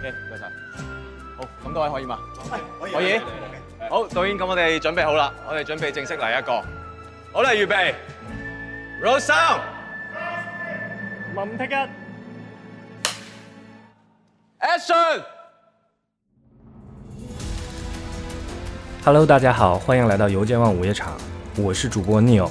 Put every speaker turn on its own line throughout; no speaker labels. OK，唔該晒。好，咁多位可以嘛？
可
可以。好，導演，咁我哋準備好啦，我哋準備正式嚟一個。好啦，預備，roll sound。
林剔一，
Action！
Hello，大家好，欢迎来到油尖旺午夜场，我是主播 Neil。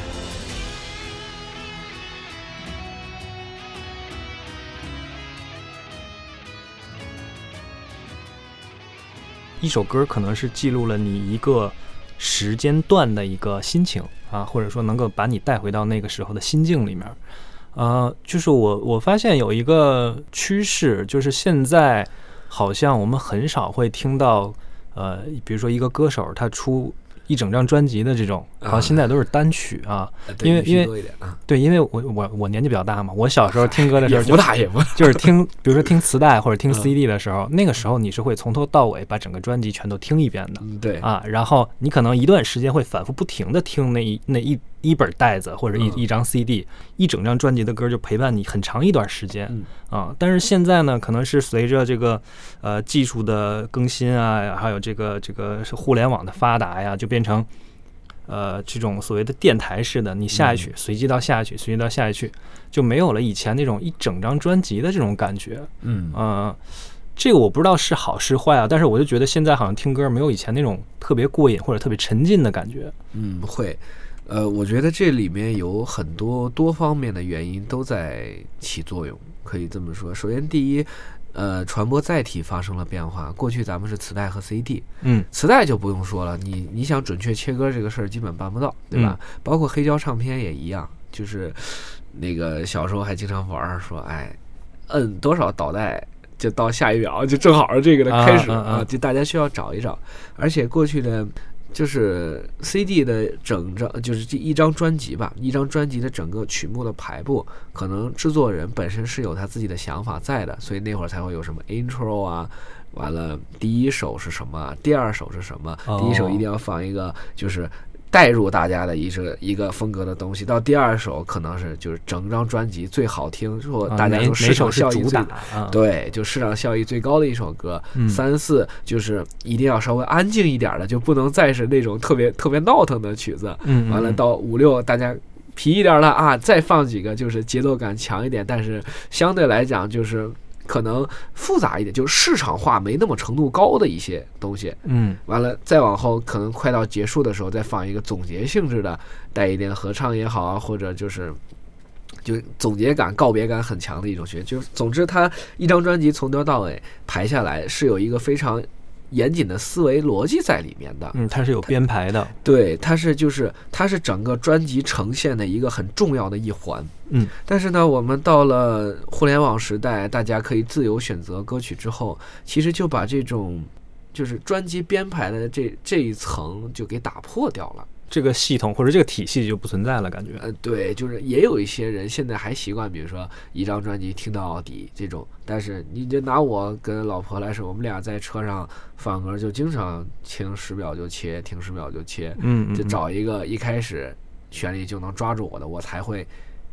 一首歌可能是记录了你一个时间段的一个心情啊，或者说能够把你带回到那个时候的心境里面。呃，就是我我发现有一个趋势，就是现在好像我们很少会听到，呃，比如说一个歌手他出一整张专辑的这种，
啊
好像现在都是单曲啊。因为因为对，因为我我我年纪比较大 嘛，我小时候听歌的时
也
候
不
就
大也嗯不
就是听，比如说听磁带或者听 CD 的时候，那个时候你是会从头到尾把整个专辑全都听一遍的
对
啊，然后你可能一段时间会反复不停的听那一那一一本带子或者一一张 CD，一整张专辑的歌就陪伴你很长一段时间啊。但是现在呢，可能是随着这个呃技术的更新啊，还有这个这个是互联网的发达呀，就变成。呃，这种所谓的电台式的，你下一曲随机到下一曲，随机到下一曲，就没有了以前那种一整张专辑的这种感觉。
嗯
嗯，这个我不知道是好是坏啊，但是我就觉得现在好像听歌没有以前那种特别过瘾或者特别沉浸的感觉。
嗯不会，呃，我觉得这里面有很多多方面的原因都在起作用，可以这么说。首先，第一，呃，传播载体发生了变化。过去咱们是磁带和 CD，
嗯
磁带就不用说了，你你想准确切歌这个事儿基本办不到，对吧？
嗯
包括黑胶唱片也一样，就是那个小时候还经常玩儿，说哎，摁多少导带就到下一秒就正好是这个的
啊
开始
啊啊
就大家需要找一找。而且过去的就是 CD 的整张，就是这一张专辑吧，一张专辑的整个曲目的排布，可能制作人本身是有他自己的想法在的，所以那会儿才会有什么 intro 啊。完了，第一首是什么？啊第二首是什么？啊
哦
第一首一定要放一个就是带入大家的一个一个风格的东西。到第二首可能是就是整张专辑最好听，或
啊
大家
哪
说
哪
市
首
场
是
效益
主
最
打啊？
对，就市场效益最高的一首歌。
嗯
三四就是一定要稍微安静一点儿的，就不能再是那种特别特别闹腾的曲子。
嗯，嗯
完了，到五六大家皮一点儿了啊，再放几个就是节奏感强一点，但是相对来讲就是可能复杂一点，就市场化没那么程度高的一些东西。
嗯
完了，再往后可能快到结束的时候，再放一个总结性质的，带一点合唱也好啊，或者就是就总结感、告别感很强的一种学。就总之，他一张专辑从头到尾排下来，是有一个非常严谨的思维逻辑在里面的。
嗯，它是有编排的。
对，它是就是它是整个专辑呈现的一个很重要的一环。
嗯，
但是呢，我们到了互联网时代，大家可以自由选择歌曲之后，其实就把这种就是专辑编排的这这一层就给打破掉了。
这个系统或者这个体系就不存在了，感觉。
呃，对，就是也有一些人现在还习惯，比如说一张专辑听到底这种，但是你就拿我跟老婆来说，我们俩在车上放歌就经常听十秒就切，听十秒就切，
嗯，嗯
就
嗯
找一个一开始旋律就能抓住我的，我才会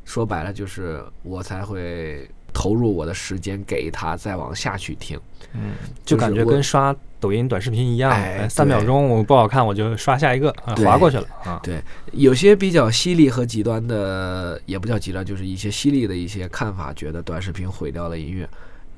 说白了就是我才会投入我的时间给他，再往下去听。
嗯就
就是
感觉
我
跟刷抖音短视频一样，
哎
哎三秒
对
钟我不好看我就刷下一个，啊
对
划过去了啊。
对，有些比较犀利和极端的，也不叫极端，就是一些犀利的一些看法，觉得短视频毁掉了音乐。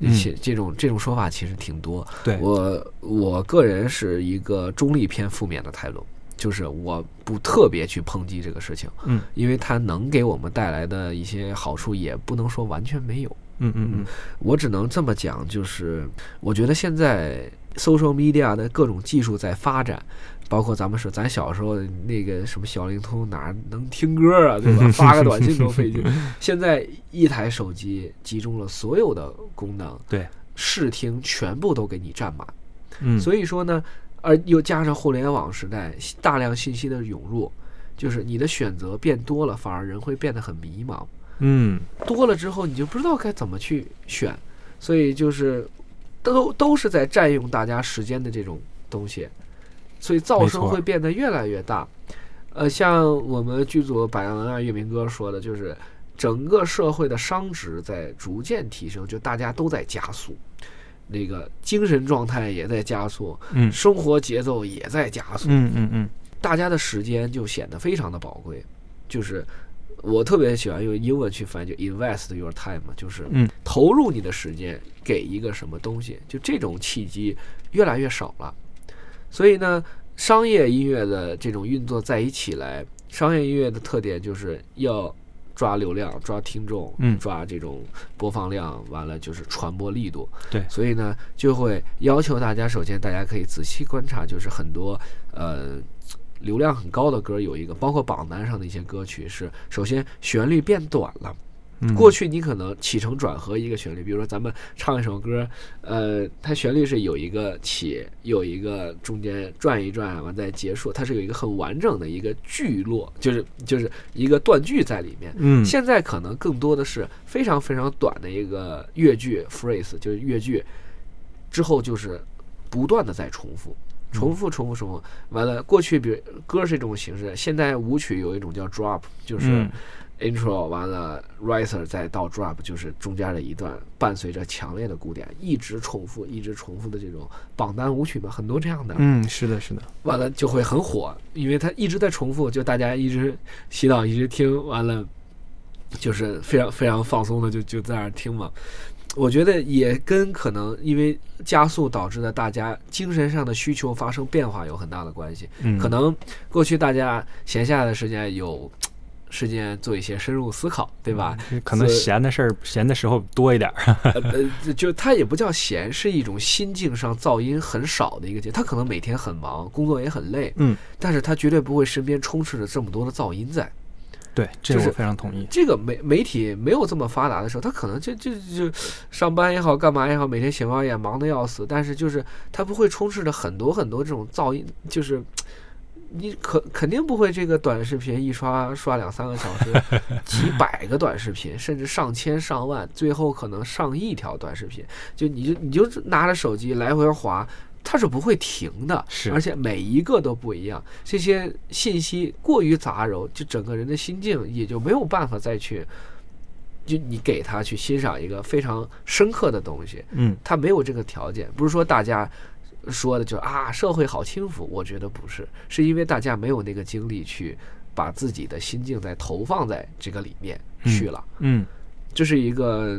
嗯
其这种这种说法其实挺多。
对
我我个人是一个中立偏负面的态度，就是我不特别去抨击这个事情，
嗯，
因为它能给我们带来的一些好处，也不能说完全没有。
嗯嗯嗯，
我只能这么讲，就是我觉得现在 social media 的各种技术在发展，包括咱们是咱小时候的那个什么小灵通哪儿能听歌啊，对吧？ 发个短信都费劲。现在一台手机集中了所有的功能，
对，
试听全部都给你占满。
嗯，
所以说呢，而又加上互联网时代大量信息的涌入，就是你的选择变多了，反而人会变得很迷茫。
嗯
多了之后，你就不知道该怎么去选，所以就是都都是在占用大家时间的这种东西，所以噪
没
声
错
会变得越来越大。呃，像我们剧组百杨文啊、月明哥说的，就是整个社会的商值在逐渐提升，就大家都在加速，那个精神状态也在加速，
嗯
生活节奏也在加速，
嗯嗯嗯，
大家的时间就显得非常的宝贵，就是我特别喜欢用英文去翻译，就 invest your time，嘛就是
嗯
投入你的时间给一个什么东西，就这种契机越来越少了。所以呢，商业音乐的这种运作在一起来，商业音乐的特点就是要抓流量、抓听众、
嗯
抓这种播放量，完了就是传播力度。
对
所以呢，就会要求大家，首先大家可以仔细观察，就是很多呃流量很高的歌有一个，包括榜单上的一些歌曲是，首先旋律变短了。
嗯
过去你可能起承转合一个旋律，比如说咱们唱一首歌，呃，它旋律是有一个起，有一个中间转一转，完再结束，它是有一个很完整的一个句落，就是就是一个断句在里面。
嗯
现在可能更多的是非常非常短的一个乐句 phrase，就是乐句之后就是不断的在重复。
嗯
重复，重复，重复，完了。过去，比如歌是一种形式，现在舞曲有一种叫 drop，就是
嗯
intro 完了 riser 再到 drop，就是中间的一段伴随着强烈的鼓点，一直重复，一直重复的这种榜单舞曲嘛，很多这样的。
嗯是的是的，
完了就会很火，因为它一直在重复，就大家一直洗脑，一直听，完了就是非常非常放松的就就在那儿听嘛。我觉得也跟可能因为加速导致的大家精神上的需求发生变化有很大的关系。
嗯
可能过去大家闲下来的时间有时间做一些深入思考，对吧？
嗯可能
所以
闲的事儿闲的时候多一点 儿，
呃呃，就就它也不叫闲，是一种心境上噪音很少的一个阶段。他可能每天很忙，工作也很累，
嗯，
但是他绝对不会身边充斥着这么多的噪音在。
对，这
就
个我
是
非常同意。
这个媒媒体没有这么发达的时候，他可能就就就上班也好，干嘛也好，每天写猫也忙得要死，但是就是他不会充斥着很多很多这种噪音，就是。你可肯定不会这个短视频一刷刷两三个小时，几百个短视频，甚至上千上万，最后可能上亿条短视频。就你就你就拿着手机来回滑，它是不会停的，
是
而且每一个都不一样。这些信息过于杂糅，就整个人的心境也就没有办法再去，就你给他去欣赏一个非常深刻的东西，
嗯
他没有这个条件。不是说大家说的就是啊社会好轻浮，我觉得不是，是因为大家没有那个精力去把自己的心境再投放在这个里面去了。
嗯
这是一个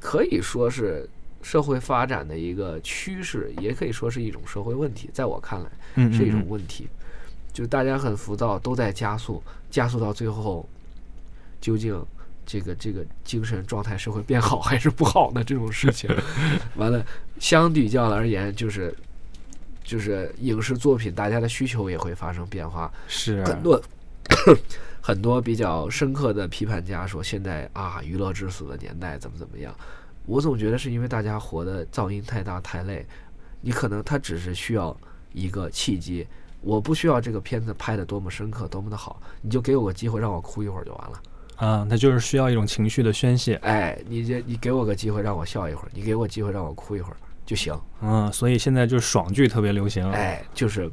可以说是社会发展的一个趋势，也可以说是一种社会问题。在我看来，
嗯，
是一种
嗯
问题，就是大家很浮躁，都在加速，加速到最后，究竟这个这个精神状态是会变好还是不好呢？这种 事情，完了，相比较而言，就是就是影视作品，大家的需求也会发生变化，
嗯是
很多很多比较深刻的批判家说，现在啊，娱乐至死的年代怎么怎么样？我总觉得是因为大家活的噪音太大太累，你可能他只是需要一个契机。我不需要这个片子拍得多么深刻，多么的好，你就给我个机会让我哭一会儿就完了。
啊，它就是需要一种情绪的宣泄。
哎，你这你给我个机会让我笑一会儿，你给我机会让我哭一会儿就行。
嗯，所以现在就是爽剧特别流行。，
哎，就是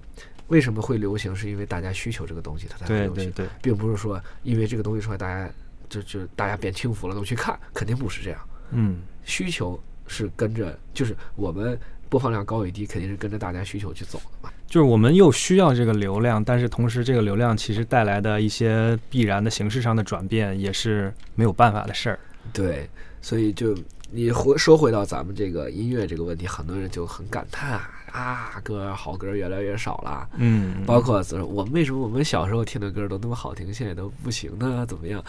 为什么会流行，是因为大家需求这个东西，它才会
对
流行。
对对，
并不是说因为这个东西出来，大家就就大家变轻浮了都去看，肯定不是这样。
嗯
需求是跟着，就是我们播放量高与低，肯定是跟着大家需求去走的嘛。
就是我们又需要这个流量，但是同时这个流量其实带来的一些必然的形式上的转变，也是没有办法的事儿。
对，所以就你回说回到咱们这个音乐这个问题，很多人就很感叹啊啊，歌好歌越来越少了。
嗯
包括就是我为什么我们小时候听的歌都那么好听，现在都不行呢？怎么样？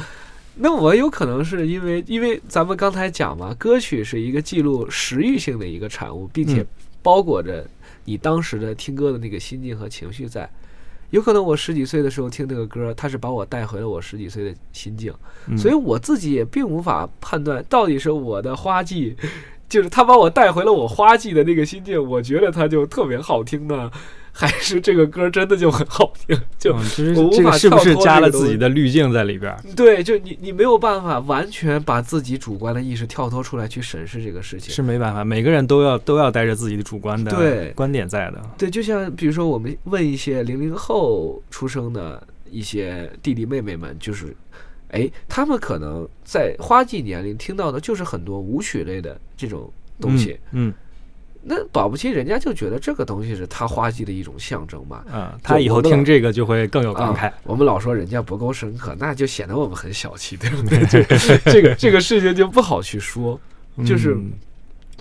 那我有可能是因为，因为咱们刚才讲嘛，歌曲是一个记录时域性的一个产物，并且
嗯
包裹着你当时的听歌的那个心境和情绪在。有可能我十几岁的时候听那个歌，它是把我带回了我十几岁的
嗯
心境，所以我自己也并无法判断到底是我的花季 就是他把我带回了我花季的那个心境，我觉得他就特别好听呢， 还是这个歌真的就很好听？就
嗯其实
我无
这个
法
是不
跳
是
脱
加
这个
了
东
自己
西
的滤镜在里边儿？
对，就你你没有办法完全把自己主观的意识跳脱出来去审视这个事情。
是没办法，每个人都要都要带着自己的主观的
对
观点在的。
对，就像比如说我们问一些零零后出生的一些弟弟妹妹们，就是，哎，他们可能在花季年龄听到的就是很多舞曲类的这种东西，
嗯，
那保不齐人家就觉得这个东西是他花季的一种象征嘛。
嗯啊，他以后
我的
听这个就会更有感慨
啊。，我们老说人家不够深刻，那就显得我们很小气，对不对？就这个这个事情就不好去说，就是
嗯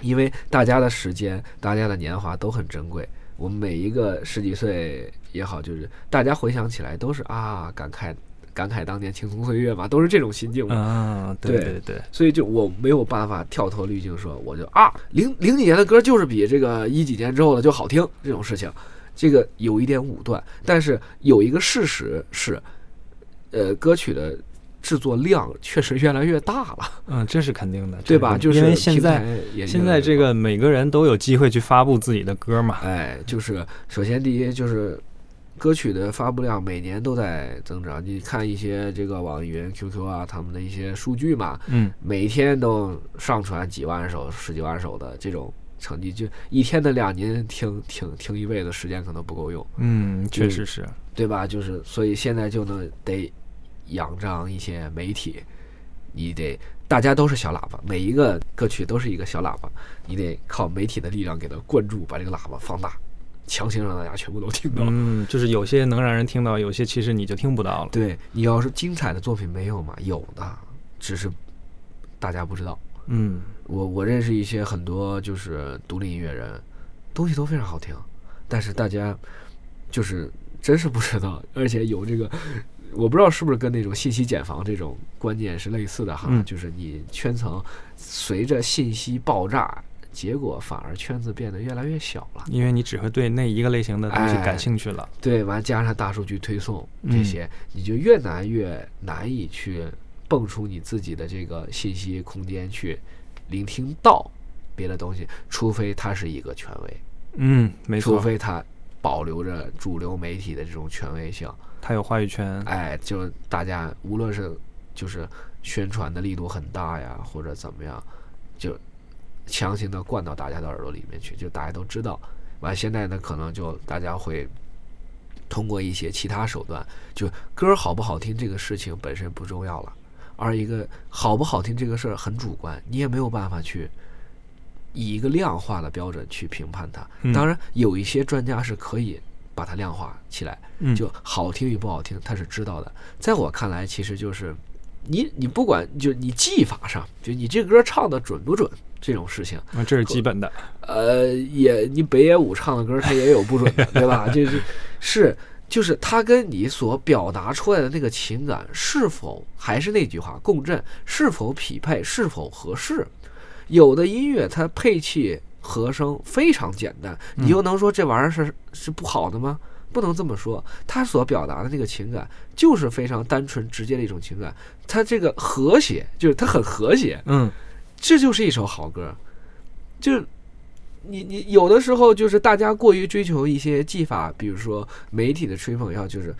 因为大家的时间、大家的年华都很珍贵。我们每一个十几岁也好，就是大家回想起来都是啊，感慨感慨当年青葱岁月嘛，都是这种心境嘛。
啊，对
对
对对，
所以就我没有办法跳脱滤镜说，我就啊，零零几年的歌就是比这个一几年之后的就好听这种事情，这个有一点武断。但是有一个事实是，呃，歌曲的制作量确实越来越大了，
嗯，这是肯定的，
对吧？
这
就是
肯定
是
因为现在
平台也
现
越来
在
越
这
广
个每个人都有机会去发布自己的歌嘛。
哎，就是首先第一就是歌曲的发布量每年都在增长。你看一些这个网易云、QQ 啊，他们的一些数据嘛，
嗯，
每天都上传几万首、十几万首的这种成绩，就一天的量，您听听听一辈子时间可能不够用，
嗯，确实是，
对吧？就是所以现在就能得仰仗一些媒体，你得大家都是小喇叭，每一个歌曲都是一个小喇叭，你得靠媒体的力量给它灌注，把这个喇叭放大，强行让大家全部都听到。
嗯，就是有些能让人听到，有些其实你就听不到了。
对你要是精彩的作品没有嘛，有的，只是大家不知道。
嗯，
我我认识一些很多就是独立音乐人，东西都非常好听，但是大家就是真是不知道，而且有这个，我不知道是不是跟那种信息茧房这种观念是类似的哈，
嗯
就是你圈层随着信息爆炸，结果反而圈子变得越来越小了。
因为你只会对那一个类型的东西
哎
感兴趣了。
对，完加上大数据推送这
嗯
些，你就越难越难以去蹦出你自己的这个信息空间去聆听到别的东西，除非它是一个权威，
嗯，没
除
错，
非它保留着主流媒体的这种权威性。
他有话语权。
哎，就大家无论是就是宣传的力度很大呀，或者怎么样，就强行的灌到大家的耳朵里面去，就大家都知道。完，现在呢，可能就大家会通过一些其他手段，就歌好不好听这个事情本身不重要了，而一个好不好听这个事儿很主观，你也没有办法去。以一个量化的标准去评判它，
嗯
当然有一些专家是可以把它量化起来，
嗯，
就好听与不好听，他是知道的。在我看来，其实就是你你不管就你技法上，就你这歌唱的准不准这种事情，
啊这是基本的。
呃，也你北野武唱的歌，他也有不准的，对吧？就是是就是他跟你所表达出来的那个情感是否还是那句话共振，是否匹配，是否合适？有的音乐它配器和声非常简单，你又能说这玩意儿是是不好的吗？不能这么说，他所表达的那个情感就是非常单纯直接的一种情感，它这个和谐就是它很和谐，
嗯，
这就是一首好歌。就是你你有的时候就是大家过于追求一些技法，比如说媒体的吹捧也好，就是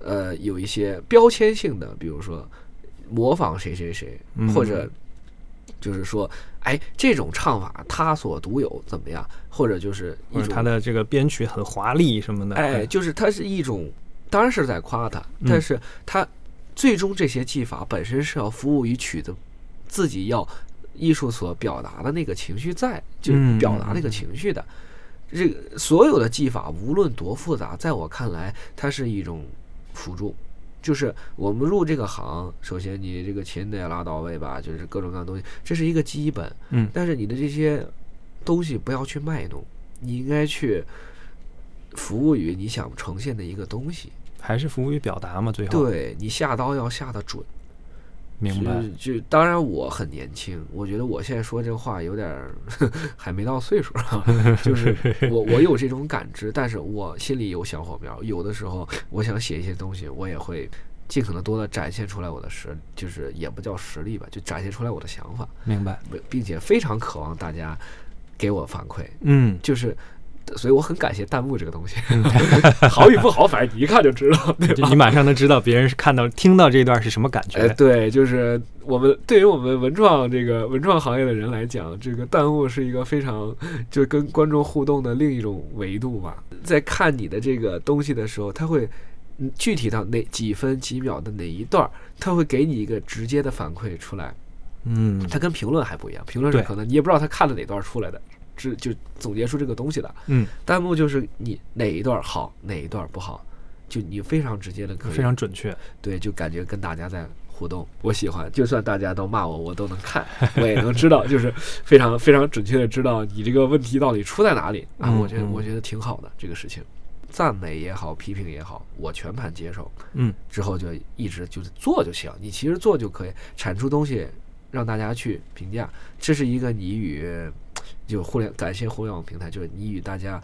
呃有一些标签性的，比如说模仿谁谁谁，
嗯
或者就是说哎这种唱法它所独有怎么样，或者就是一
或者
种
他的这个编曲很华丽什么的。
哎，就是它是一种，当然是在夸它，
嗯
但是它最终这些技法本身是要服务于曲子自己要艺术所表达的那个情绪在，就是
嗯
表达那个情绪的。这个所有的技法无论多复杂，在我看来，它是一种辅助。就是我们入这个行，首先你这个琴得拉到位吧，就是各种各样的东西，这是一个基本。
嗯
但是你的这些东西不要去卖弄，你应该去服务于你想呈现的一个东西。
还是服务于表达嘛，最后。，
对你下刀要下的准。
明白。
就就当然我很年轻，我觉得我现在说这话有点儿 还没到岁数啊， 就是我我有这种感知，但是我心里有小火苗，有的时候我想写一些东西，我也会尽可能多的展现出来我的实，就是也不叫实力吧，就展现出来我的想法，
明白。
并且非常渴望大家给我反馈，
嗯，
就是。所以我很感谢弹幕这个东西， 好与不好，反正你一看就知道，对
就
吧？
你马上能知道别人是看到、听到这一段是什么感觉。
哎，对，就是我们对于我们文创这个文创行业的人来讲，这个弹幕是一个非常就是跟观众互动的另一种维度吧。在看你的这个东西的时候，他会嗯具体到哪几分几秒的哪一段儿，他会给你一个直接的反馈出来。
嗯
它跟评论还不一样，评论是
对
可能你也不知道他看了哪段出来的，只就总结出这个东西的。
嗯，
弹幕就是你哪一段好，哪一段不好，就你非常直接的可以
非常准确。
对，就感觉跟大家在互动，我喜欢。就算大家都骂我，我都能看，我也能知道， 就是非常非常准确的知道你这个问题到底出在哪里啊！
嗯
我觉得
嗯
我觉得挺好的这个事情，赞美也好，批评也好，我全盘接受。
嗯，
之后就一直就是做就行，你其实做就可以，产出东西让大家去评价，这是一个你与就互联感谢互联网平台，就是你与大家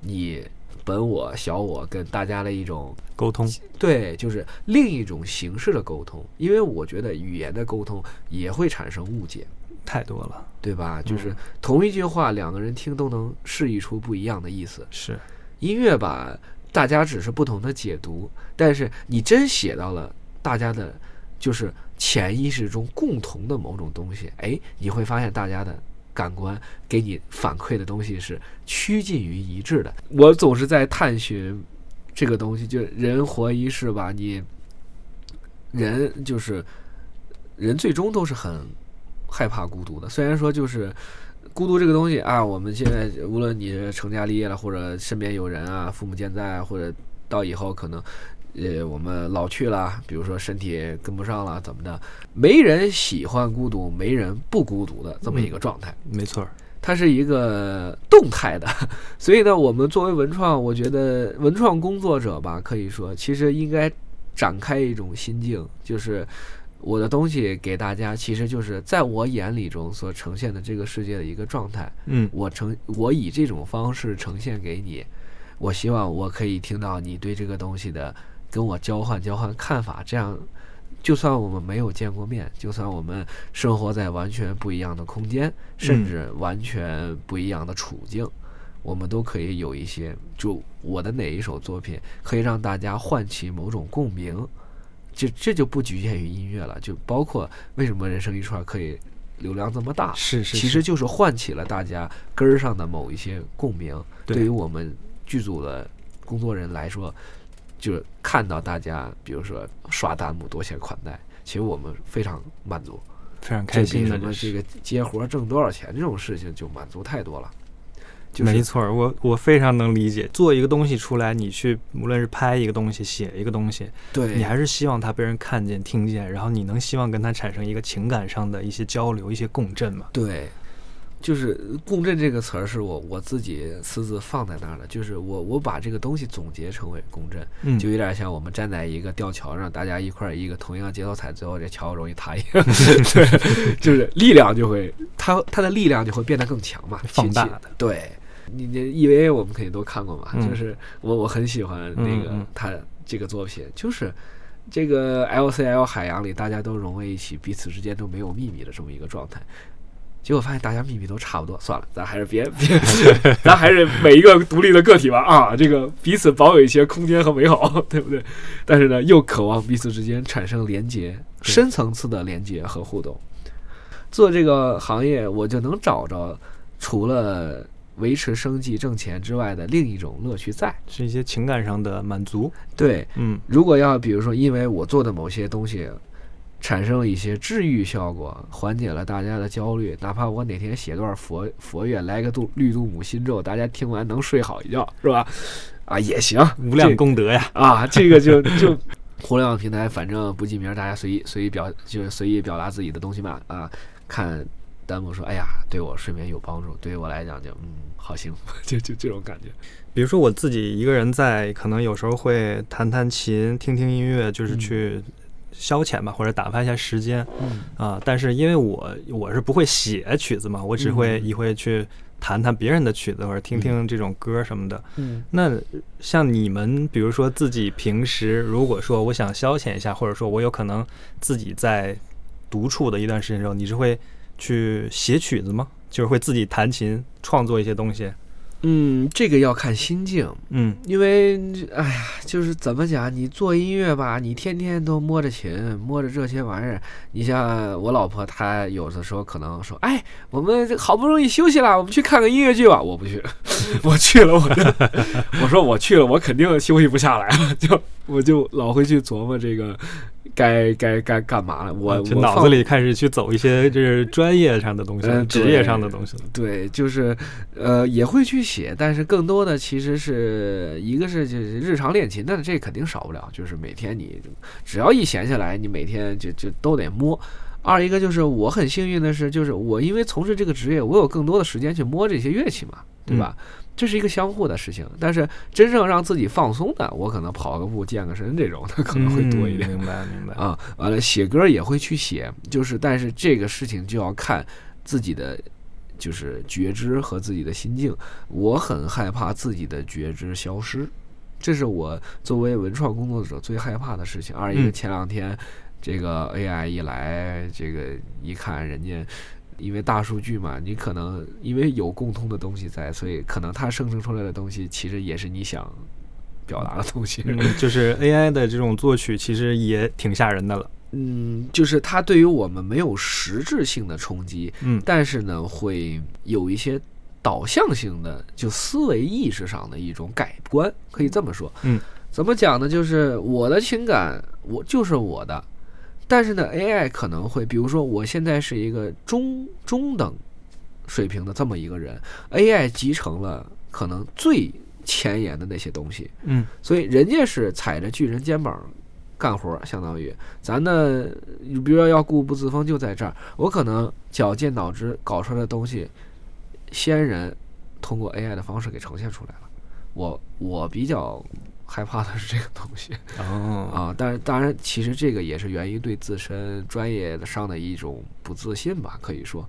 你。本我、小我跟大家的一种
沟通，
对，就是另一种形式的沟通，因为我觉得语言的沟通也会产生误解，
太多了，
对吧？就是同一句话，两个人听都能释义出不一样的意思。
是
音乐吧，大家只是不同的解读，但是你真写到了大家的，就是潜意识中共同的某种东西，哎，你会发现大家的。感官给你反馈的东西是趋近于一致的。我总是在探寻这个东西，就人活一世吧，你人就是人，最终都是很害怕孤独的。虽然说就是孤独这个东西啊，我们现在无论你成家立业了，或者身边有人啊，父母健在啊，或者到以后可能，呃，我们老去了，比如说身体跟不上了，怎么的，没人喜欢孤独，没人不孤独的这么一个状态。
没错儿。
它是一个动态的， 所以呢，我们作为文创，我觉得文创工作者吧，可以说其实应该展开一种心境，就是我的东西给大家，其实就是在我眼里中所呈现的这个世界的一个状态，
嗯，
我呈我以这种方式呈现给你，我希望我可以听到你对这个东西的跟我交换交换看法，这样。就算我们没有见过面，就算我们生活在完全不一样的空间，甚至完全不一样的处境，我们都可以有一些，就我的哪一首作品可以让大家唤起某种共鸣，这这就不局限于音乐了，就包括为什么人生一串可以流量这么大，
是是，
其
是
实就是唤起了大家根儿上的某一些共鸣。
对
对于我们剧组的工作人来说，就是看到大家，比如说刷弹幕、多谢款待，其实我们非常满足。
非常
这
开
比
心的
什么
是
这个接活儿挣多少钱这种事情就满足太多了。就
没
是
错儿，我我非常能理解。做一个东西出来，你去无论是拍一个东西、写一个东西，
对，
你还是希望它被人看见、听见，然后你能希望跟它产生一个情感上的一些交流、一些共振嘛？
对，就是“共振”这个词儿是我我自己私自放在那儿的，就是我我把这个东西总结成为共振，
嗯
就有点像我们站在一个吊桥上，大家一块儿一个同样街头踩，最后这桥容易塌一 样，对，就是力量就会它它的力量就会变得更强嘛，
放
其
大
其
的
对。你你 EVA 我们肯定都看过嘛，
嗯
就是我我很喜欢那个
嗯嗯
他这个作品，就是这个 LCL 海洋里大家都融为一起，彼此之间都没有秘密的这么一个状态。结果发现大家秘密都差不多，算了，咱还是别别， 咱还是每一个独立的个体吧啊，这个彼此保有一些空间和美好，对不对？但是呢，又渴望彼此之间产生连接，
对
深层次的连接和互动。做这个行业，我就能找着除了维持生计挣钱之外的另一种乐趣在。
是一些情感上的满足。
对，
嗯，
如果要比如说，因为我做的某些东西产生了一些治愈效果，缓解了大家的焦虑，哪怕我哪天写段佛佛乐，来个杜绿度母心咒，大家听完能睡好一觉， 是吧？啊，也行，
无量
这
功德呀，
啊，这个就就互联网平台，反正不记名，大家随意随意表就是随意表达自己的东西嘛啊，看。弹幕说：“哎呀，对我睡眠有帮助，对于我来讲就嗯，好幸福， 就就这种感觉。
比如说我自己一个人在，可能有时候会弹弹琴、听听音乐，就是
嗯
去消遣吧，或者打发一下时间。
嗯
啊、但是因为我我是不会写曲子嘛，我只会
嗯
一会去弹弹别人的曲子或者听听这种歌什么的。
嗯
那像你们，比如说自己平时，如果说我想消遣一下，或者说我有可能自己在独处的一段时间之后，你是会去写曲子吗？就是会自己弹琴创作一些东西？
嗯，这个要看心境，
嗯
因为哎呀，就是怎么讲，你做音乐吧，你天天都摸着琴，摸着这些玩意儿。你像我老婆，她有的时候可能说：“哎，我们这好不容易休息了，我们去看个音乐剧吧。”我不去， 我去了，我就 我说我去了，我肯定休息不下来了，就我就老会去琢磨这个该该该干嘛了。我
就
我
啊脑
放
子里开始去走一些就是专业上的东西、
嗯
职
对
业上的东西了。
对，就是呃也会去写，但是更多的其实是一个是就是日常练琴，但这肯定少不了，就是每天你只要一闲下来，你每天就就都得摸。二一个就是我很幸运的是，就是我因为从事这个职业，我有更多的时间去摸这些乐器嘛，对吧？这是一个相互的事情。但是真正让自己放松的，我可能跑个步、健个身这种的可能会多一
嗯
点。
明白明白。
啊，完了写歌也会去写，就是但是这个事情就要看自己的就是觉知和自己的心境。我很害怕自己的觉知消失，这是我作为文创工作者最害怕的事情。二一个
嗯
前两天这个 AI 一来，这个一看人家。因为大数据嘛，你可能因为有共通的东西在，所以可能它生成出来的东西其实也是你想表达的东西。
嗯，就是 AI 的这种作曲其实也挺吓人的了。
嗯，就是它对于我们没有实质性的冲击，
嗯
但是呢，会有一些导向性的，就思维意识上的一种改观，可以这么说。
嗯，
怎么讲呢？就是我的情感，我就是我的，但是呢，AI 可能会，比如说我现在是一个中中等水平的这么一个人，AI 集成了可能最前沿的那些东西，
嗯
所以人家是踩着巨人肩膀干活，相当于咱呢，你比如说要固步自封，就在这儿，我可能绞尽脑汁搞出来的东西，先人通过 AI 的方式给呈现出来了。我我比较害怕的是这个东西
哦，
啊，但是当然，其实这个也是源于对自身专业上的一种不自信吧，可以说，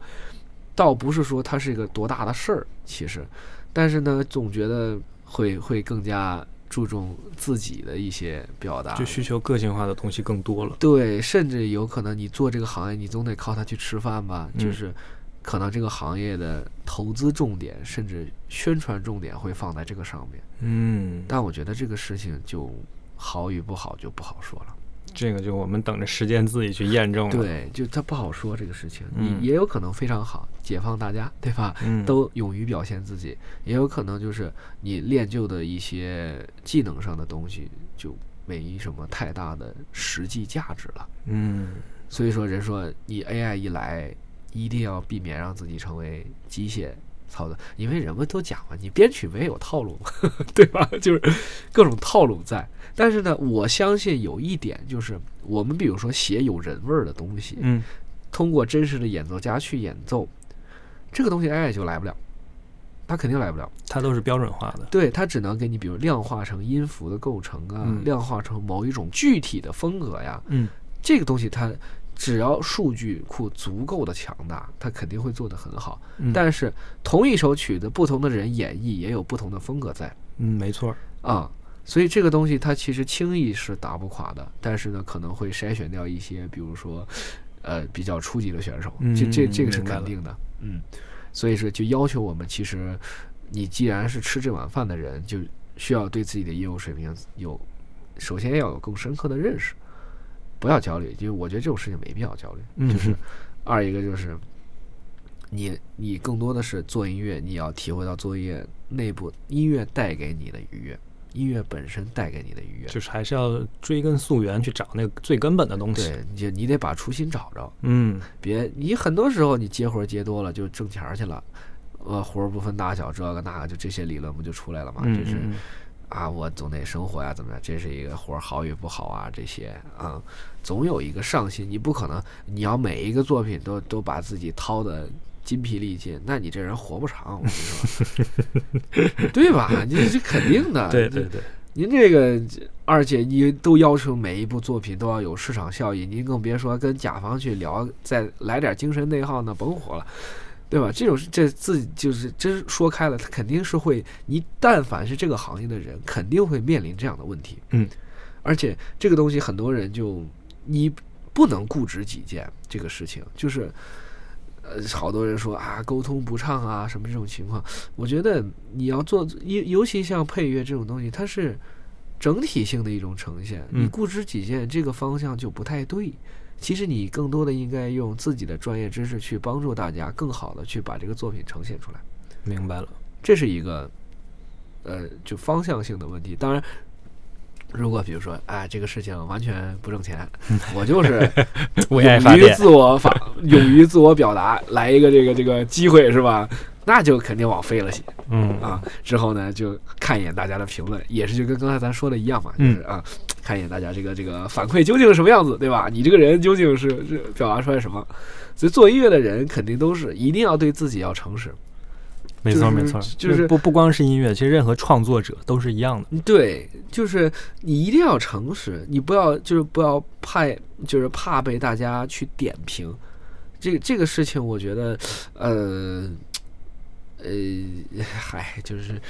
倒不是说它是一个多大的事儿，其实，但是呢，总觉得会会更加注重自己的一些表达，
就需求个性化的东西更多了。
对，甚至有可能你做这个行业，你总得靠它去吃饭吧。就
嗯
是可能这个行业的投资重点，甚至宣传重点会放在这个上面。
嗯，
但我觉得这个事情就好与不好就不好说了。
这个就我们等着时间自己去验证了。，
对，就它不好说这个事情，
嗯
你也有可能非常好，解放大家，对吧？
嗯，
都勇于表现自己，也有可能就是你练就的一些技能上的东西就没什么太大的实际价值了。
嗯，
所以说，人说你 AI 一来，一定要避免让自己成为机械操作，因为人们都讲嘛，你编曲没有套路， 对吧？就是各种套路在。但是呢，我相信有一点就是，我们比如说写有人味儿的东西，
嗯，
通过真实的演奏家去演奏，这个东西 AI 就来不了，它肯定来不了。
它都是标准化的。
对，它只能给你比如量化成音符的构成啊，
嗯
量化成某一种具体的风格呀，
嗯，
这个东西它只要数据库足够的强大，它肯定会做得很好。
嗯
但是同一首曲子，不同的人演绎也有不同的风格在
嗯，没错儿。
啊。所以这个东西它其实轻易是打不垮的，但是呢，可能会筛选掉一些，比如说，呃，比较初级的选手，
嗯
这这
嗯
这个是
明白
肯
了
定的，嗯，所以说就要求我们，其实你既然是吃这碗饭的人，就需要对自己的业务水平有，首先要有更深刻的认识，不要焦虑，因为我觉得这种事情没必要焦虑，
嗯
就是二一个就是你你更多的是做音乐，你要体会到做音乐内部音乐带给你的愉悦，音乐本身带给你的愉悦。
就是还是要追根溯源去找那个最根本的东西。
对，你就你得把初心找着，
嗯，
别你很多时候你接活儿接多了就挣钱儿去了，呃，活儿不分大小，这个那个就这些理论不就出来了嘛？
嗯
就是
嗯
啊，我总得生活呀、怎么样？这是一个活儿好与不好啊，这些啊、总有一个上心。你不可能，你要每一个作品都都把自己掏的筋疲力尽，那你这人活不长，我跟你说，对吧？你这肯定的。
对啊对对，
您这个，而且你都要求每一部作品都要有市场效益，您更别说跟甲方去聊，再来点精神内耗，那甭活了。对吧？这种是这自己就是真说开了，他肯定是会，你但凡是这个行业的人，肯定会面临这样的问题。
嗯，
而且这个东西很多人就你不能固执己见，这个事情就是，呃，好多人说啊沟通不畅啊什么这种情况，我觉得你要做，尤尤其像配乐这种东西，它是整体性的一种呈现，
嗯
你固执己见这个方向就不太对。其实你更多的应该用自己的专业知识去帮助大家，更好的去把这个作品呈现出来。
明白了，
这是一个，呃，就方向性的问题。当然，如果比如说，哎，这个事情完全不挣钱，我就是
为爱发
勇于
电，
自我发，勇于自我表达，来一个这个这个机会是吧？那就肯定往飞了写
嗯
啊。之后呢，就看一眼大家的评论，也是就跟刚才咱说的一样嘛，就
嗯
是啊，看一眼大家这个这个反馈究竟是什么样子，对吧？你这个人究竟是是表达出来什么？所以做音乐的人肯定都是一定要对自己要诚实，
没错没错，
就是就是
不不光是音乐，其实任何创作者都是一样的，
对，就是你一定要诚实，你不要就是不要怕，就是怕被大家去点评。这个这个事情，我觉得，呃，呃，嗨，就是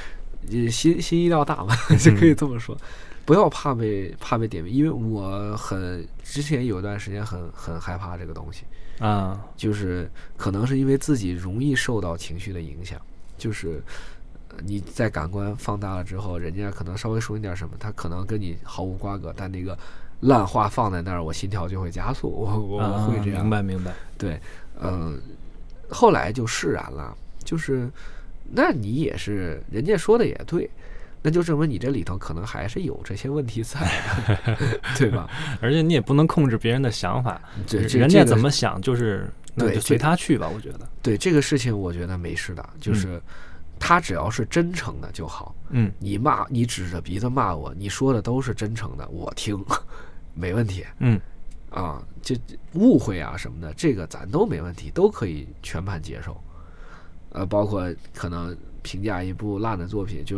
呃心心意料大嘛，就可以这么说。不要怕被怕被点评，因为我很之前有一段时间很很害怕这个东西，
啊，
就是可能是因为自己容易受到情绪的影响，就是呃你在感官放大了之后，人家可能稍微说你点什么，他可能跟你毫无瓜葛，但那个烂话放在那儿，我心跳就会加速，我我我会这
啊
样
明。白明白，
对，嗯、后来就释然了，就是那你也是，人家说的也对。那就证明你这里头可能还是有这些问题在， 对吧？
而且你也不能控制别人的想法，
对，这
人
这
家
个
怎么想就是那
对
就随
这
他去吧，我觉得，
对这个事情，我觉得没事的，就是他只要是真诚的就好。
嗯，
你骂你指着鼻子骂我，你说的都是真诚的，我听， 没问题
嗯，
啊。这这误会啊什么的，这个咱都没问题，都可以全盘接受。呃，包括可能评价一部烂的作品，就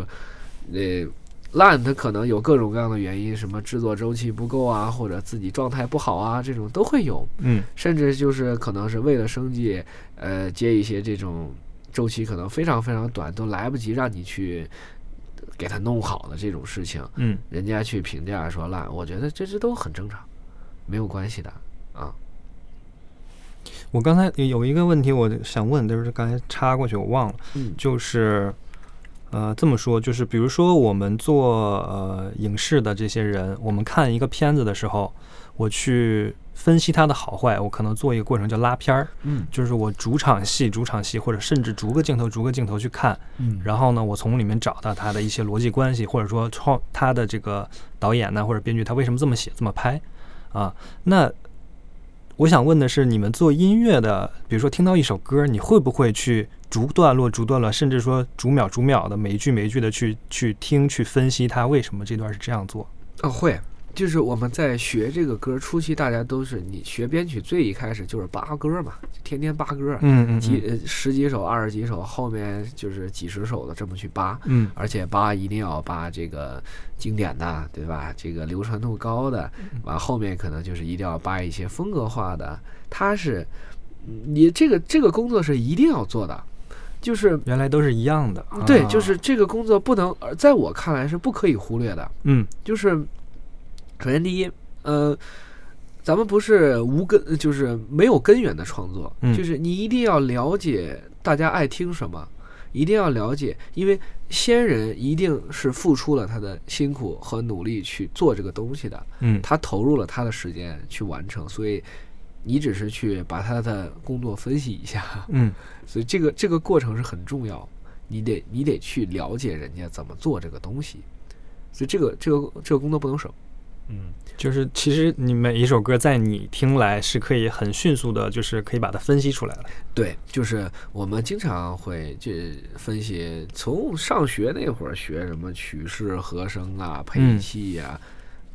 呃烂，它可能有各种各样的原因，什么制作周期不够啊，或者自己状态不好啊，这种都会有。
嗯，
甚至就是可能是为了生计，呃，接一些这种周期可能非常非常短，都来不及让你去给它弄好的这种事情，
嗯，
人家去评价说烂，我觉得这这都很正常，没有关系的啊。
我刚才有一个问题，我想问，就是刚才插过去，我忘了，
嗯
就是，呃，这么说，就是比如说我们做呃影视的这些人，我们看一个片子的时候，我去分析它的好坏，我可能做一个过程叫拉片儿，
嗯
就是我逐场戏、逐场戏，或者甚至逐个镜头、逐个镜头去看，
嗯
然后呢，我从里面找到它的一些逻辑关系，或者说创它的这个导演呢，或者编剧他为什么这么写、这么拍啊？那我想问的是，你们做音乐的，比如说听到一首歌，你会不会去逐段落、逐段落，甚至说逐秒、逐秒的每一句、每一句的去去听、去分析它为什么这段是这样做？
啊会，就是我们在学这个歌初期，大家都是你学编曲最一开始就是扒歌嘛，天天扒歌，
嗯
几呃十几首、二十几首，后面就是几十首的这么去扒，
嗯
而且扒一定要扒这个经典的，对吧？这个流传度高的，完后面可能就是一定要扒一些风格化的。它是嗯你这个这个工作是一定要做的，就是
原来都是一样的。
对，
啊
就是这个工作不能，呃在我看来是不可以忽略的。
嗯
就是首先第一，呃，咱们不是无根，就是没有根源的创作，
嗯
就是你一定要了解大家爱听什么，一定要了解，因为先人一定是付出了他的辛苦和努力去做这个东西的，
嗯
他投入了他的时间去完成，所以。你只是去把他的工作分析一下，
嗯
所以这个这个过程是很重要，你得你得去了解人家怎么做这个东西，所以这个这个这个工作不能省。
就是其实你每一首歌在你听来是可以很迅速的，就是可以把它分析出来了。
对，就是我们经常会去分析，从上学那会儿学什么曲式、和声啊、配
嗯
器呀、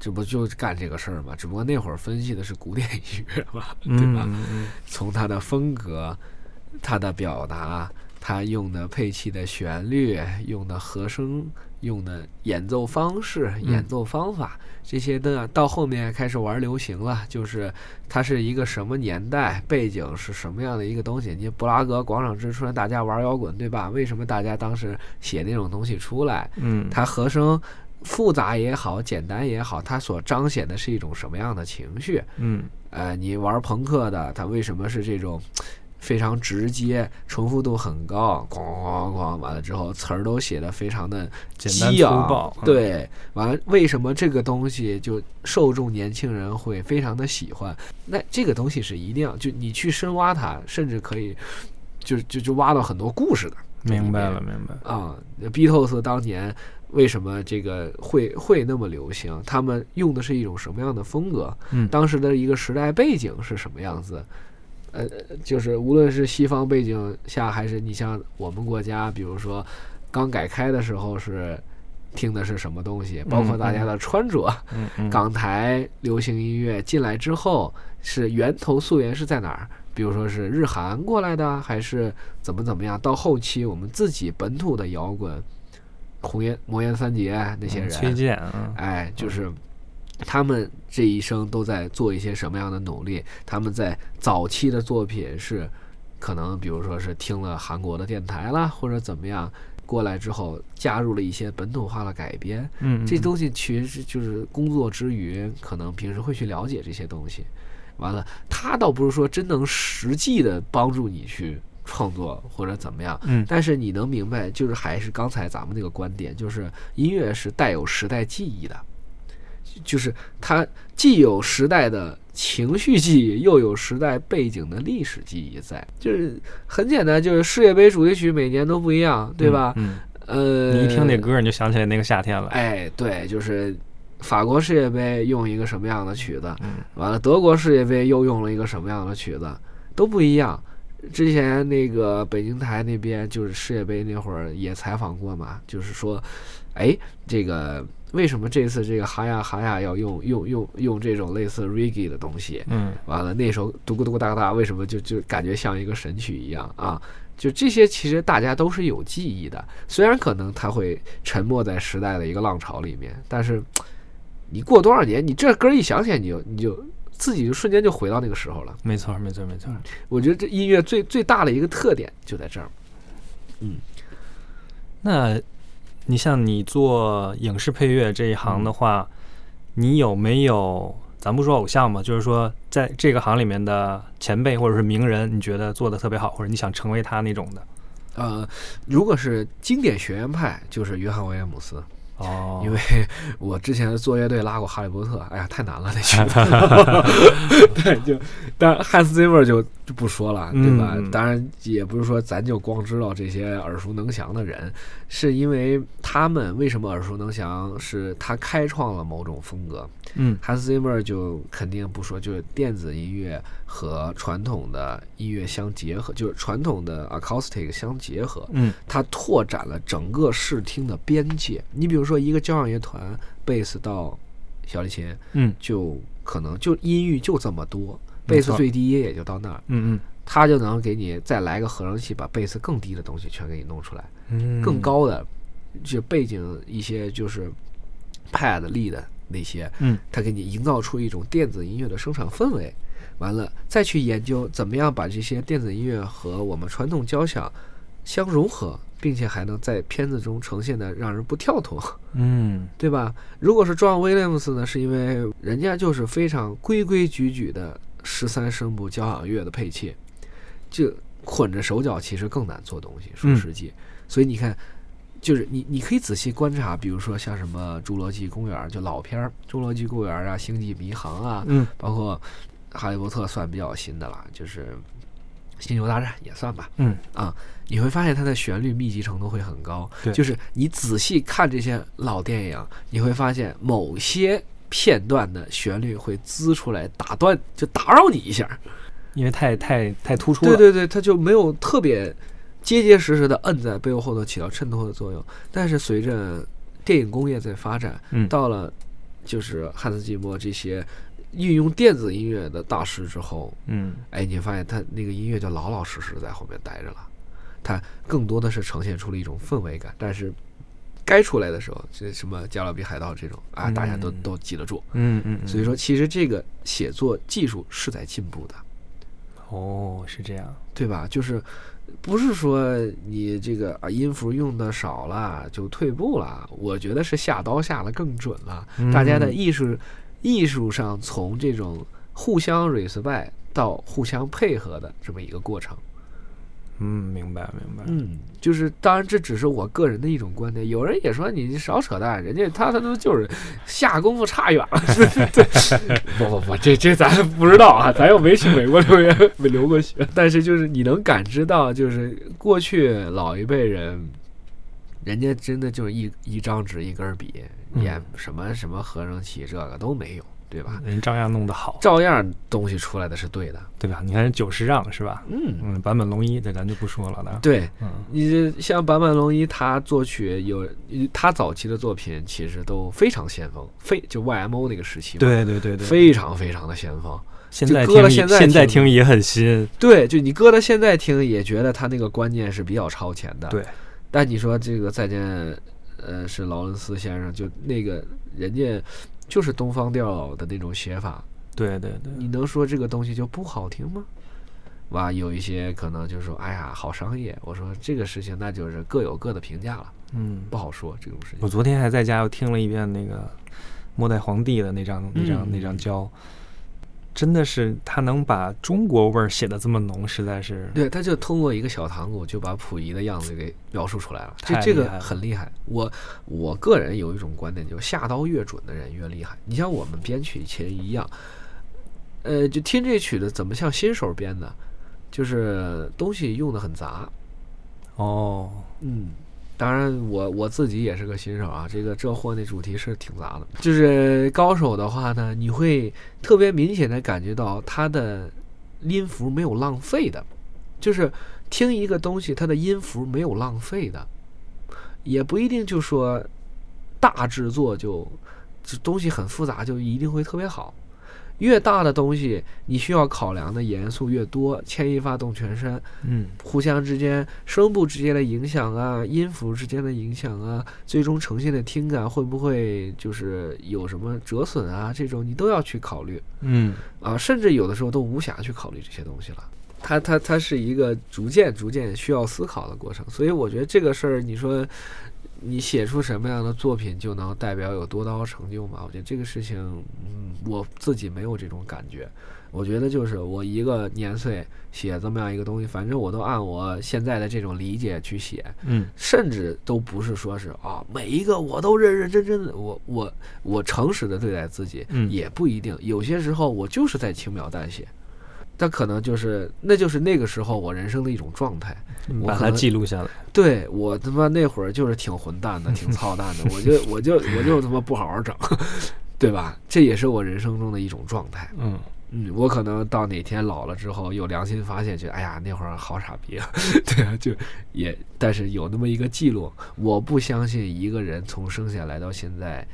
这不就干这个事儿嘛？只不过那会儿分析的是古典 音乐嘛，对
嗯
吧？
嗯嗯
从它的风格、它的表达、他用的配器的旋律、用的和声、用的演奏方式、演奏方法、这些的，到后面开始玩流行了，就是它是一个什么年代，背景是什么样的一个东西。你布拉格广场之春，大家玩摇滚对吧？为什么大家当时写那种东西出来？
嗯，
它和声复杂也好，简单也好，它所彰显的是一种什么样的情绪？
嗯
呃，你玩朋克的，它为什么是这种非常直接、重复度很高？哐哐哐，完了之后词儿都写的非常的
简单
激昂
粗暴嗯
对，完了为什么这个东西就受众年轻人会非常的喜欢？那这个东西是一定要就你去深挖它，甚至可以就就就挖到很多故事的。
明白了，明白。
啊、b e a t l e s 当年为什么这个会会那么流行？他们用的是一种什么样的风格？
嗯
当时的一个时代背景是什么样子？呃，就是无论是西方背景下，还是你像我们国家，比如说刚改开的时候是听的是什么东西，包括大家的穿着，
嗯嗯，
港台流行音乐进来之后，是源头溯源是在哪儿？比如说是日韩过来的，还是怎么怎么样？到后期我们自己本土的摇滚，红颜魔岩三杰那些人，
崔健啊，
哎，就是他们这一生都在做一些什么样的努力？他们在早期的作品是可能，比如说是听了韩国的电台啦，或者怎么样，过来之后加入了一些本土化的改编。
嗯，
这东西其实是就是工作之余，可能平时会去了解这些东西。完了，他倒不是说真能实际的帮助你去创作或者怎么样，
嗯
但是你能明白，就是还是刚才咱们那个观点，就是音乐是带有时代记忆的，就是它既有时代的情绪记忆，又有时代背景的历史记忆在，就是很简单，就是世界杯主题曲每年都不一样，对吧？
嗯，
呃，
你一听那歌儿你就想起来那个夏天了。
哎，对，就是法国世界杯用一个什么样的曲子，完了德国世界杯又用了一个什么样的曲子，都不一样。之前那个北京台那边就是世界杯那会儿也采访过嘛，就是说，哎，这个为什么这次这个哈呀哈呀要用用用用这种类似 reggae 的东西？
嗯，
完了那首嘟咕嘟咕哒哒，为什么就就感觉像一个神曲一样啊？就这些，其实大家都是有记忆的，虽然可能它会沉没在时代的一个浪潮里面，但是你过多少年，你这歌一响起来，你就你就自己就瞬间就回到那个时候了。
没错，没错，没错。
我觉得这音乐最最大的一个特点就在这儿。
那你像你做影视配乐这一行
嗯
的话，你有没有？咱不说偶像嘛，就是说在这个行里面的前辈或者是名人，你觉得做的特别好，或者你想成为他那种的？
呃，如果是经典学院派，就是约翰威廉姆斯，
哦，
因为 我之前做乐队拉过《哈利波特》，哎呀，太难 了那曲子。 对，就但汉斯 Zimmer 就就不说了，对吧？
嗯
当然也不是说咱就光知道这些耳熟能详的人，是因为他们为什么耳熟能详？是他开创了某种风格。
嗯
汉斯 Zimmer 就肯定不说，就是电子音乐和传统的音乐相结合，就是传统的 acoustic 相结合。
嗯
它拓展了整个视听的边界。你比如说，一个交响乐团，贝斯到小提琴，
嗯
就可能就音域就这么多，
没
贝斯
错
最低也就到那儿，
嗯
它就能给你再来个合成器，把贝斯更低的东西全给你弄出来，
嗯，
更。高的就背景一些就是 pad 力的那些，
嗯，
它给你营造出一种电子音乐的生产氛围。完了，再去研究怎么样把这些电子音乐和我们传统交响相融合，并且还能在片子中呈现的让人不跳脱，
嗯
对吧？如果是 John Williams 呢，是因为人家就是非常规规矩矩的十三声部交响乐的配器，就混着手脚其实更难做东西，说
嗯
实际。所以你看，就是你你可以仔细观察，比如说像什么《侏罗纪公园》就老片儿，《侏罗纪公园》啊，《星际迷航》啊，
嗯
包括《哈利波特》算比较新的啦，就是《星球大战》也算吧。
嗯
啊，你会发现它的旋律密集程度会很高。
对
就是你仔细看这些老电影，你会发现某些片段的旋律会滋出来，打断就打扰你一下。
因为太太太突出了。
对对对，它就没有特别结结实实的摁在背后头起到衬托的作用。但是随着电影工业在发展，
嗯
到了就是汉斯季默这些运用电子音乐的大师之后，
嗯
哎，你发现他那个音乐就老老实实在后面待着了。它更多的是呈现出了一种氛围感。但是该出来的时候，这什么《加勒比海盗》这种啊，大家都
嗯
都记得住。
嗯嗯，嗯
所以说，其实这个写作技术是在进步的，
哦是这样，
对吧？就是不是说你这个啊音符用的少了就退步了？我觉得是下刀下了更准了。大家的
嗯
艺术艺术上从这种互相 respect 到互相配合的这么一个过程。
嗯明白明白，
嗯，就是当然这只是我个人的一种观点，有人也说你少扯淡，人家他他都就是下功夫差远 了。对，不不不，这这咱不知道啊，咱又没去美国留学，没留过学。但是就是你能感知到，就是过去老一辈人，人家真的就是一一张纸一根笔，
嗯
也什么什么合成器这个都没有，对吧？
人照样弄得好，
照样东西出来的是对的。
对吧？你看人九十让是吧？
嗯，
嗯，坂本龙一这咱就不说了的，
对。
嗯
你这像坂本龙一，他作曲有他早期的作品，其实都非常先锋，非就 YMO 那个时期嘛，
对对对对，
非常非常的先锋。
现在
就搁
听
了
也
现在
现在
听
听也很新，
对，就你搁到现在听，也觉得他那个观念是比较超前的。
对，
但你说这个再见，呃，是劳伦斯先生，就那个人家就是东方调的那种写法，
对对对，
你能说这个东西就不好听吗？哇，有一些可能就说，哎呀，好商业。我说这个事情，那就是各有各的评价了，
嗯，
不好说这种事情
我。昨天还在家又听了一遍那个末代皇帝的那张那张、那张胶，真的是他能把中国味儿写的这么浓，实在是
对，他就通过一个小糖果就把溥仪的样子给描述出来了，这
太
这
厉
个
害了
很厉害。我我个人有一种观点，就是下刀越准的人越厉害。你像我们编曲其实一样，呃，就听这曲子怎么像新手编的，就是东西用的很杂。
哦，
嗯，当然我我自己也是个新手啊，这个这货那主题是挺杂的。就是高手的话呢，你会特别明显的感觉到他的音符没有浪费的，就是听一个东西，它的音符没有浪费的，也不一定就说大制作就这东西很复杂就一定会特别好。越大的东西，你需要考量的元素越多，牵一发动全身。
嗯，
互相之间声部之间的影响啊，音符之间的影响啊，最终呈现的听感会不会就是有什么折损啊？这种你都要去考虑
嗯，
啊，甚至有的时候都无暇去考虑这些东西了。它它它是一个逐渐逐渐需要思考的过程，所以我觉得这个事儿，你说你写出什么样的作品就能代表有多高成就吗？我觉得这个事情，嗯，我自己没有这种感觉。我觉得就是我一个年岁写这么样一个东西，反正我都按我现在的这种理解去写，
嗯，
甚至都不是说是啊，每一个我都认认真真的，我我我诚实的对待自己，
嗯
也不一定，有些时候我就是在轻描淡写，但可能就是那就是那个时候我人生的一种状态，我
嗯把
可
它
能
记录下来，
对我他妈那会儿就是挺混蛋的，挺操蛋的，我就我就我就他妈不好好整， 对吧？这也是我人生中的一种状态。
嗯，
嗯，我可能到哪天老了之后有良心发现，觉得哎呀那会儿好傻逼啊， 对啊，就也但是有那么一个记录，我不相信一个人从生下来到现在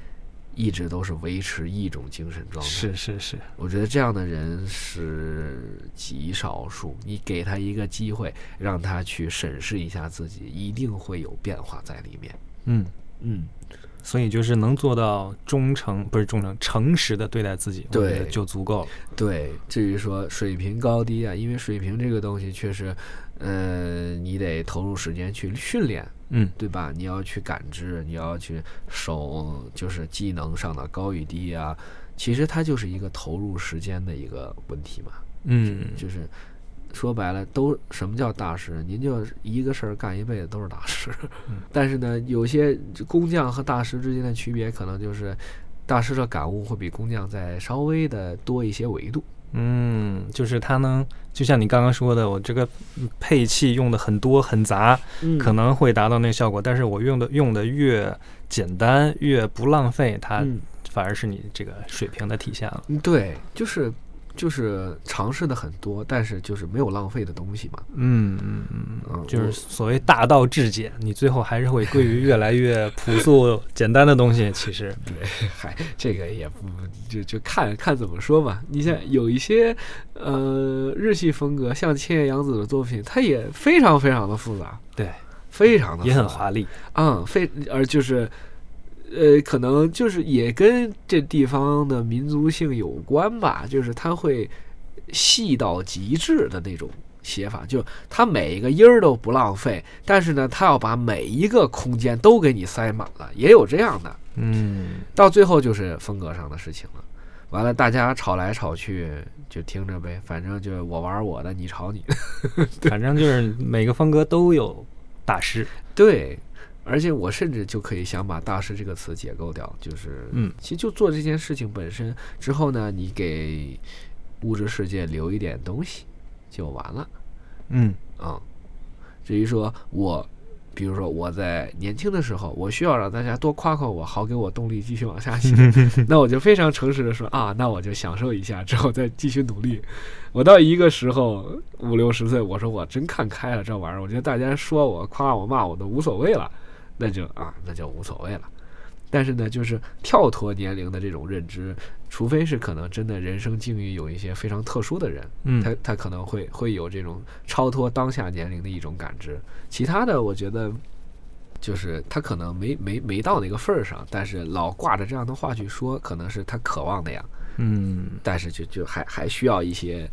一直都是维持一种精神状态。
是是是，
我觉得这样的人是极少数。你给他一个机会，让他去审视一下自己，一定会有变化在里面。
嗯，
嗯，
所以就是能做到忠诚，不是忠诚，诚实的对待自己，我
对
觉得就足够了，
对。至于说水平高低啊，因为水平这个东西确实，呃，你得投入时间去训练，
嗯
对吧？你要去感知，你要去手，就是技能上的高与低啊。其实它就是一个投入时间的一个问题嘛。
嗯，
就是说白了，都什么叫大师？您就一个事儿干一辈子都是大师。
嗯
但是呢，有些工匠和大师之间的区别，可能就是大师的感悟会比工匠再稍微的多一些维度。
嗯，就是它能，就像你刚刚说的，我这个配器用的很多很杂，
嗯
可能会达到那效果，但是我用的用的越简单越不浪费，它
嗯
反而是你这个水平的体现了。
对，就是就是尝试的很多，但是就是没有浪费的东西嘛。
嗯嗯嗯
嗯
嗯，就
我
是所谓大道至简，你最后还是会归于越来越朴素简单的东西。其实，
嗨，这个也不就就看看怎么说吧。你像
嗯
有一些呃日系风格，像千叶阳子的作品，它也非常非常的复杂，
对，
非常的
也很华丽。
嗯，非而就是，呃，可能就是也跟这地方的民族性有关吧，就是它会细到极致的那种写法，就它每一个音儿都不浪费，但是呢，它要把每一个空间都给你塞满了，也有这样的，
嗯，
到最后就是风格上的事情了。完了，大家吵来吵去，就听着呗，反正就我玩我的，你吵你的。
反正就是每个风格都有大师。
对，而且我甚至就可以想把“大师”这个词解构掉，就是，
嗯，
其实就做这件事情本身之后呢，你给物质世界留一点东西就完了
嗯
啊、至于说我，比如说我在年轻的时候，我需要让大家多夸夸我，好给我动力继续往下写，那我就非常诚实的说啊，那我就享受一下，之后再继续努力。我到一个时候五六十岁，我说我真看开了这玩意儿，我觉得大家说我夸我骂我都无所谓了，那就啊那就无所谓了。但是呢，就是跳脱年龄的这种认知，除非是可能真的人生境遇有一些非常特殊的人，
嗯
他他可能会会有这种超脱当下年龄的一种感知。其他的，我觉得就是他可能没没没到那个份儿上，但是老挂着这样的话去说，可能是他渴望那样，
嗯
但是就就还还需要一些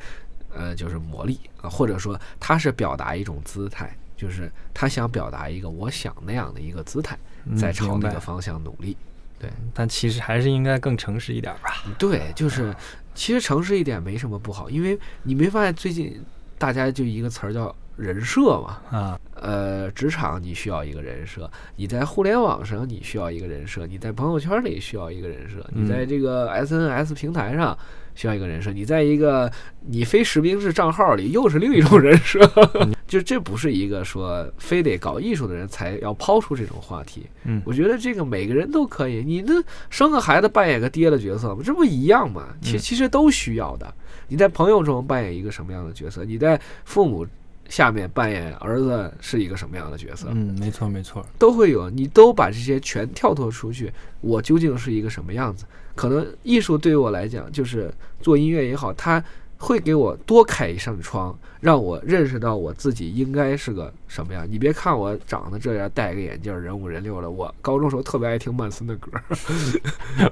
呃，就是磨砺啊，或者说他是表达一种姿态，就是他想表达一个我想那样的一个姿态，
嗯
在朝
明
那
白
个方向努力。嗯
但其实还是应该更诚实一点吧。
对，
啊
就是其实诚实一点没什么不好，因为你没发现最近大家就一个词儿叫人设嘛。
啊，
呃，职场你需要一个人设，你在互联网上你需要一个人设，你在朋友圈里需要一个人设，你在
嗯
这个 SNS 平台上需要一个人设，你在一个你非实名制账号里又是另一种人设， 就这不是一个说非得搞艺术的人才要抛出这种话题。
嗯
我觉得这个每个人都可以，你那生个孩子扮演个爹的角色嘛，这不一样嘛？其
嗯
其实都需要的。你在朋友中扮演一个什么样的角色？你在父母下面扮演儿子是一个什么样的角色？
嗯，没错没 错。
都会有，你都把这些全跳脱出去，我究竟是一个什么样子？可能艺术对于我来讲，就是做音乐也好，它会给我多开一扇窗，让我认识到我自己应该是个什么样。你别看我长得这样，戴个眼镜，人五人六的，我高中时候特别爱听曼森的 歌儿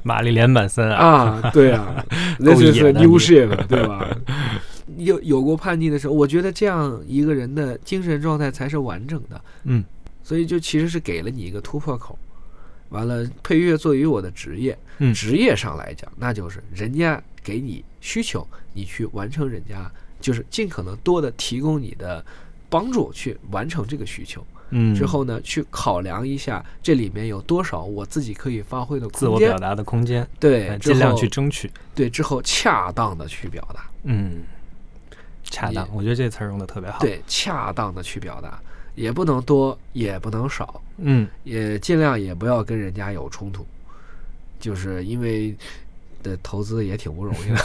玛丽莲·曼森啊，
啊，对啊，那
够
就
野
是
的
new
你
shit，对吧？有有过叛逆的时候，我觉得这样一个人的精神状态才是完整的。
嗯
所以就其实是给了你一个突破口。完了，配乐作为我的职业，
嗯
职业上来讲，那就是人家给你需求，你去完成人家，就是尽可能多的提供你的帮助去完成这个需求。
嗯，
之后呢，去考量一下这里面有多少我自己可以发挥的
自我
空
表
间，
达的空间，呃
对，之
尽量
后
去争取。
对之后恰当的去表达。
嗯，恰
也
当，我觉得这词儿用的特别好。，
对，恰当的去表达，也不能多，也不能少，
嗯
也尽量也不要跟人家有冲突，就是因为的投资也挺不容易的，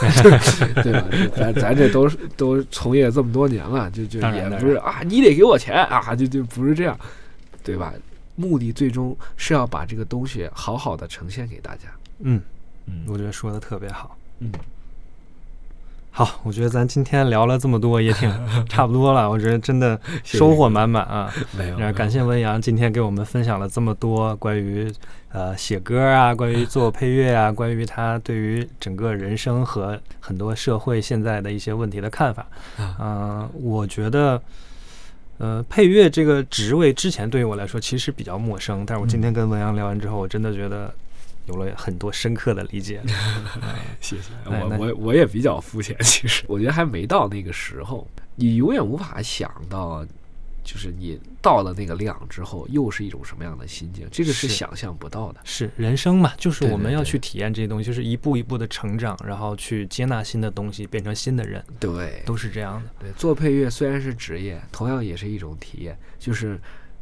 对吧？咱咱这都是都从业这么多年了，就就
当然
也
当
不是啊，你得给我钱啊，就就不是这样，对吧？目的最终是要把这个东西好好的呈现给大家。
嗯
嗯
我觉得说的特别好。
嗯，
好，我觉得咱今天聊了这么多，也挺 差不多了。我觉得真的
谢
收获满满啊！
没
然后感谢文阳今天给我们分享了这么多关于呃写歌啊，关于做配乐啊，关于他对于整个人生和很多社会现在的一些问题的看法。嗯、
啊
我觉得。呃，配乐这个职位之前对于我来说其实比较陌生，但是我
嗯
今天跟文阳聊完之后，我真的觉得有了很多深刻的理 解。
谢谢，
哎
我
那
我我也比较肤浅，其实我觉得还没到那个时候，你永远无法想到，就是你到了那个量之后，又是一种什么样的心境，这个
是
是想象不到的。
是人生嘛，就是
对
我
对
们要
对
去体验这些东西，就是一步一步的成长，然后去接纳新的东西，变成新的人，
对
都是这样的。
对，做配乐虽然是职业，同样也是一种体验，就是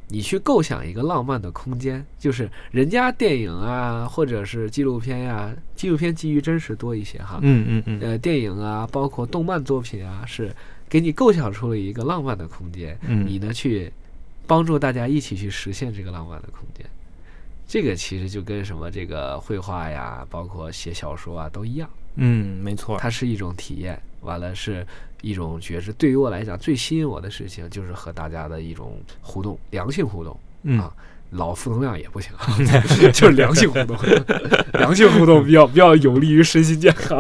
你去构想一个浪漫的空间，就是人家电影啊，或者是纪录片呀、纪录片基于真实多一些哈，
嗯嗯嗯
呃，电影啊，包括动漫作品啊，是给你构想出了一个浪漫的空间，
嗯
你呢去帮助大家一起去实现这个浪漫的空间。这个其实就跟什么这个绘画呀，包括写小说啊都一样，
嗯，没错，
它是一种体验，完了是一种觉知。对于我来讲，最吸引我的事情就是和大家的一种互动，良性互动。
嗯
啊老负能量也 不行，就是良性互动，良性互动比较比较有利于身心健康。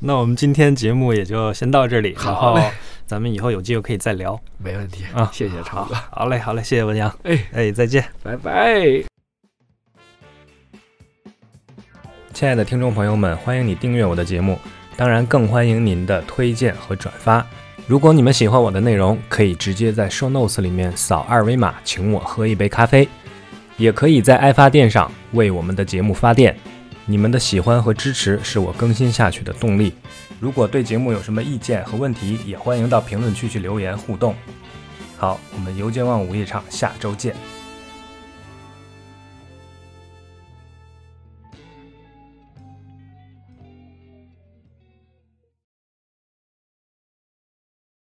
那我们今天节目也就先到这里，然
好
后
嘞
咱们以后有机会可以再聊。
没问题
啊
谢谢
好
超哥，，
好嘞，好嘞，谢谢文阳，
哎，
哎，再见。
拜拜。
亲爱的听众朋友们，欢迎你订阅我的节目，当然更欢迎您的推荐和转发。如果你们喜欢我的内容，可以直接在 Show Notes 里面扫二维码，请我喝一杯咖啡，也可以在爱发电上为我们的节目发电。你们的喜欢和支持是我更新下去的动力。如果对节目有什么意见和问题，也欢迎到评论区去留言互动。好，我们邮间万物一场，下周见，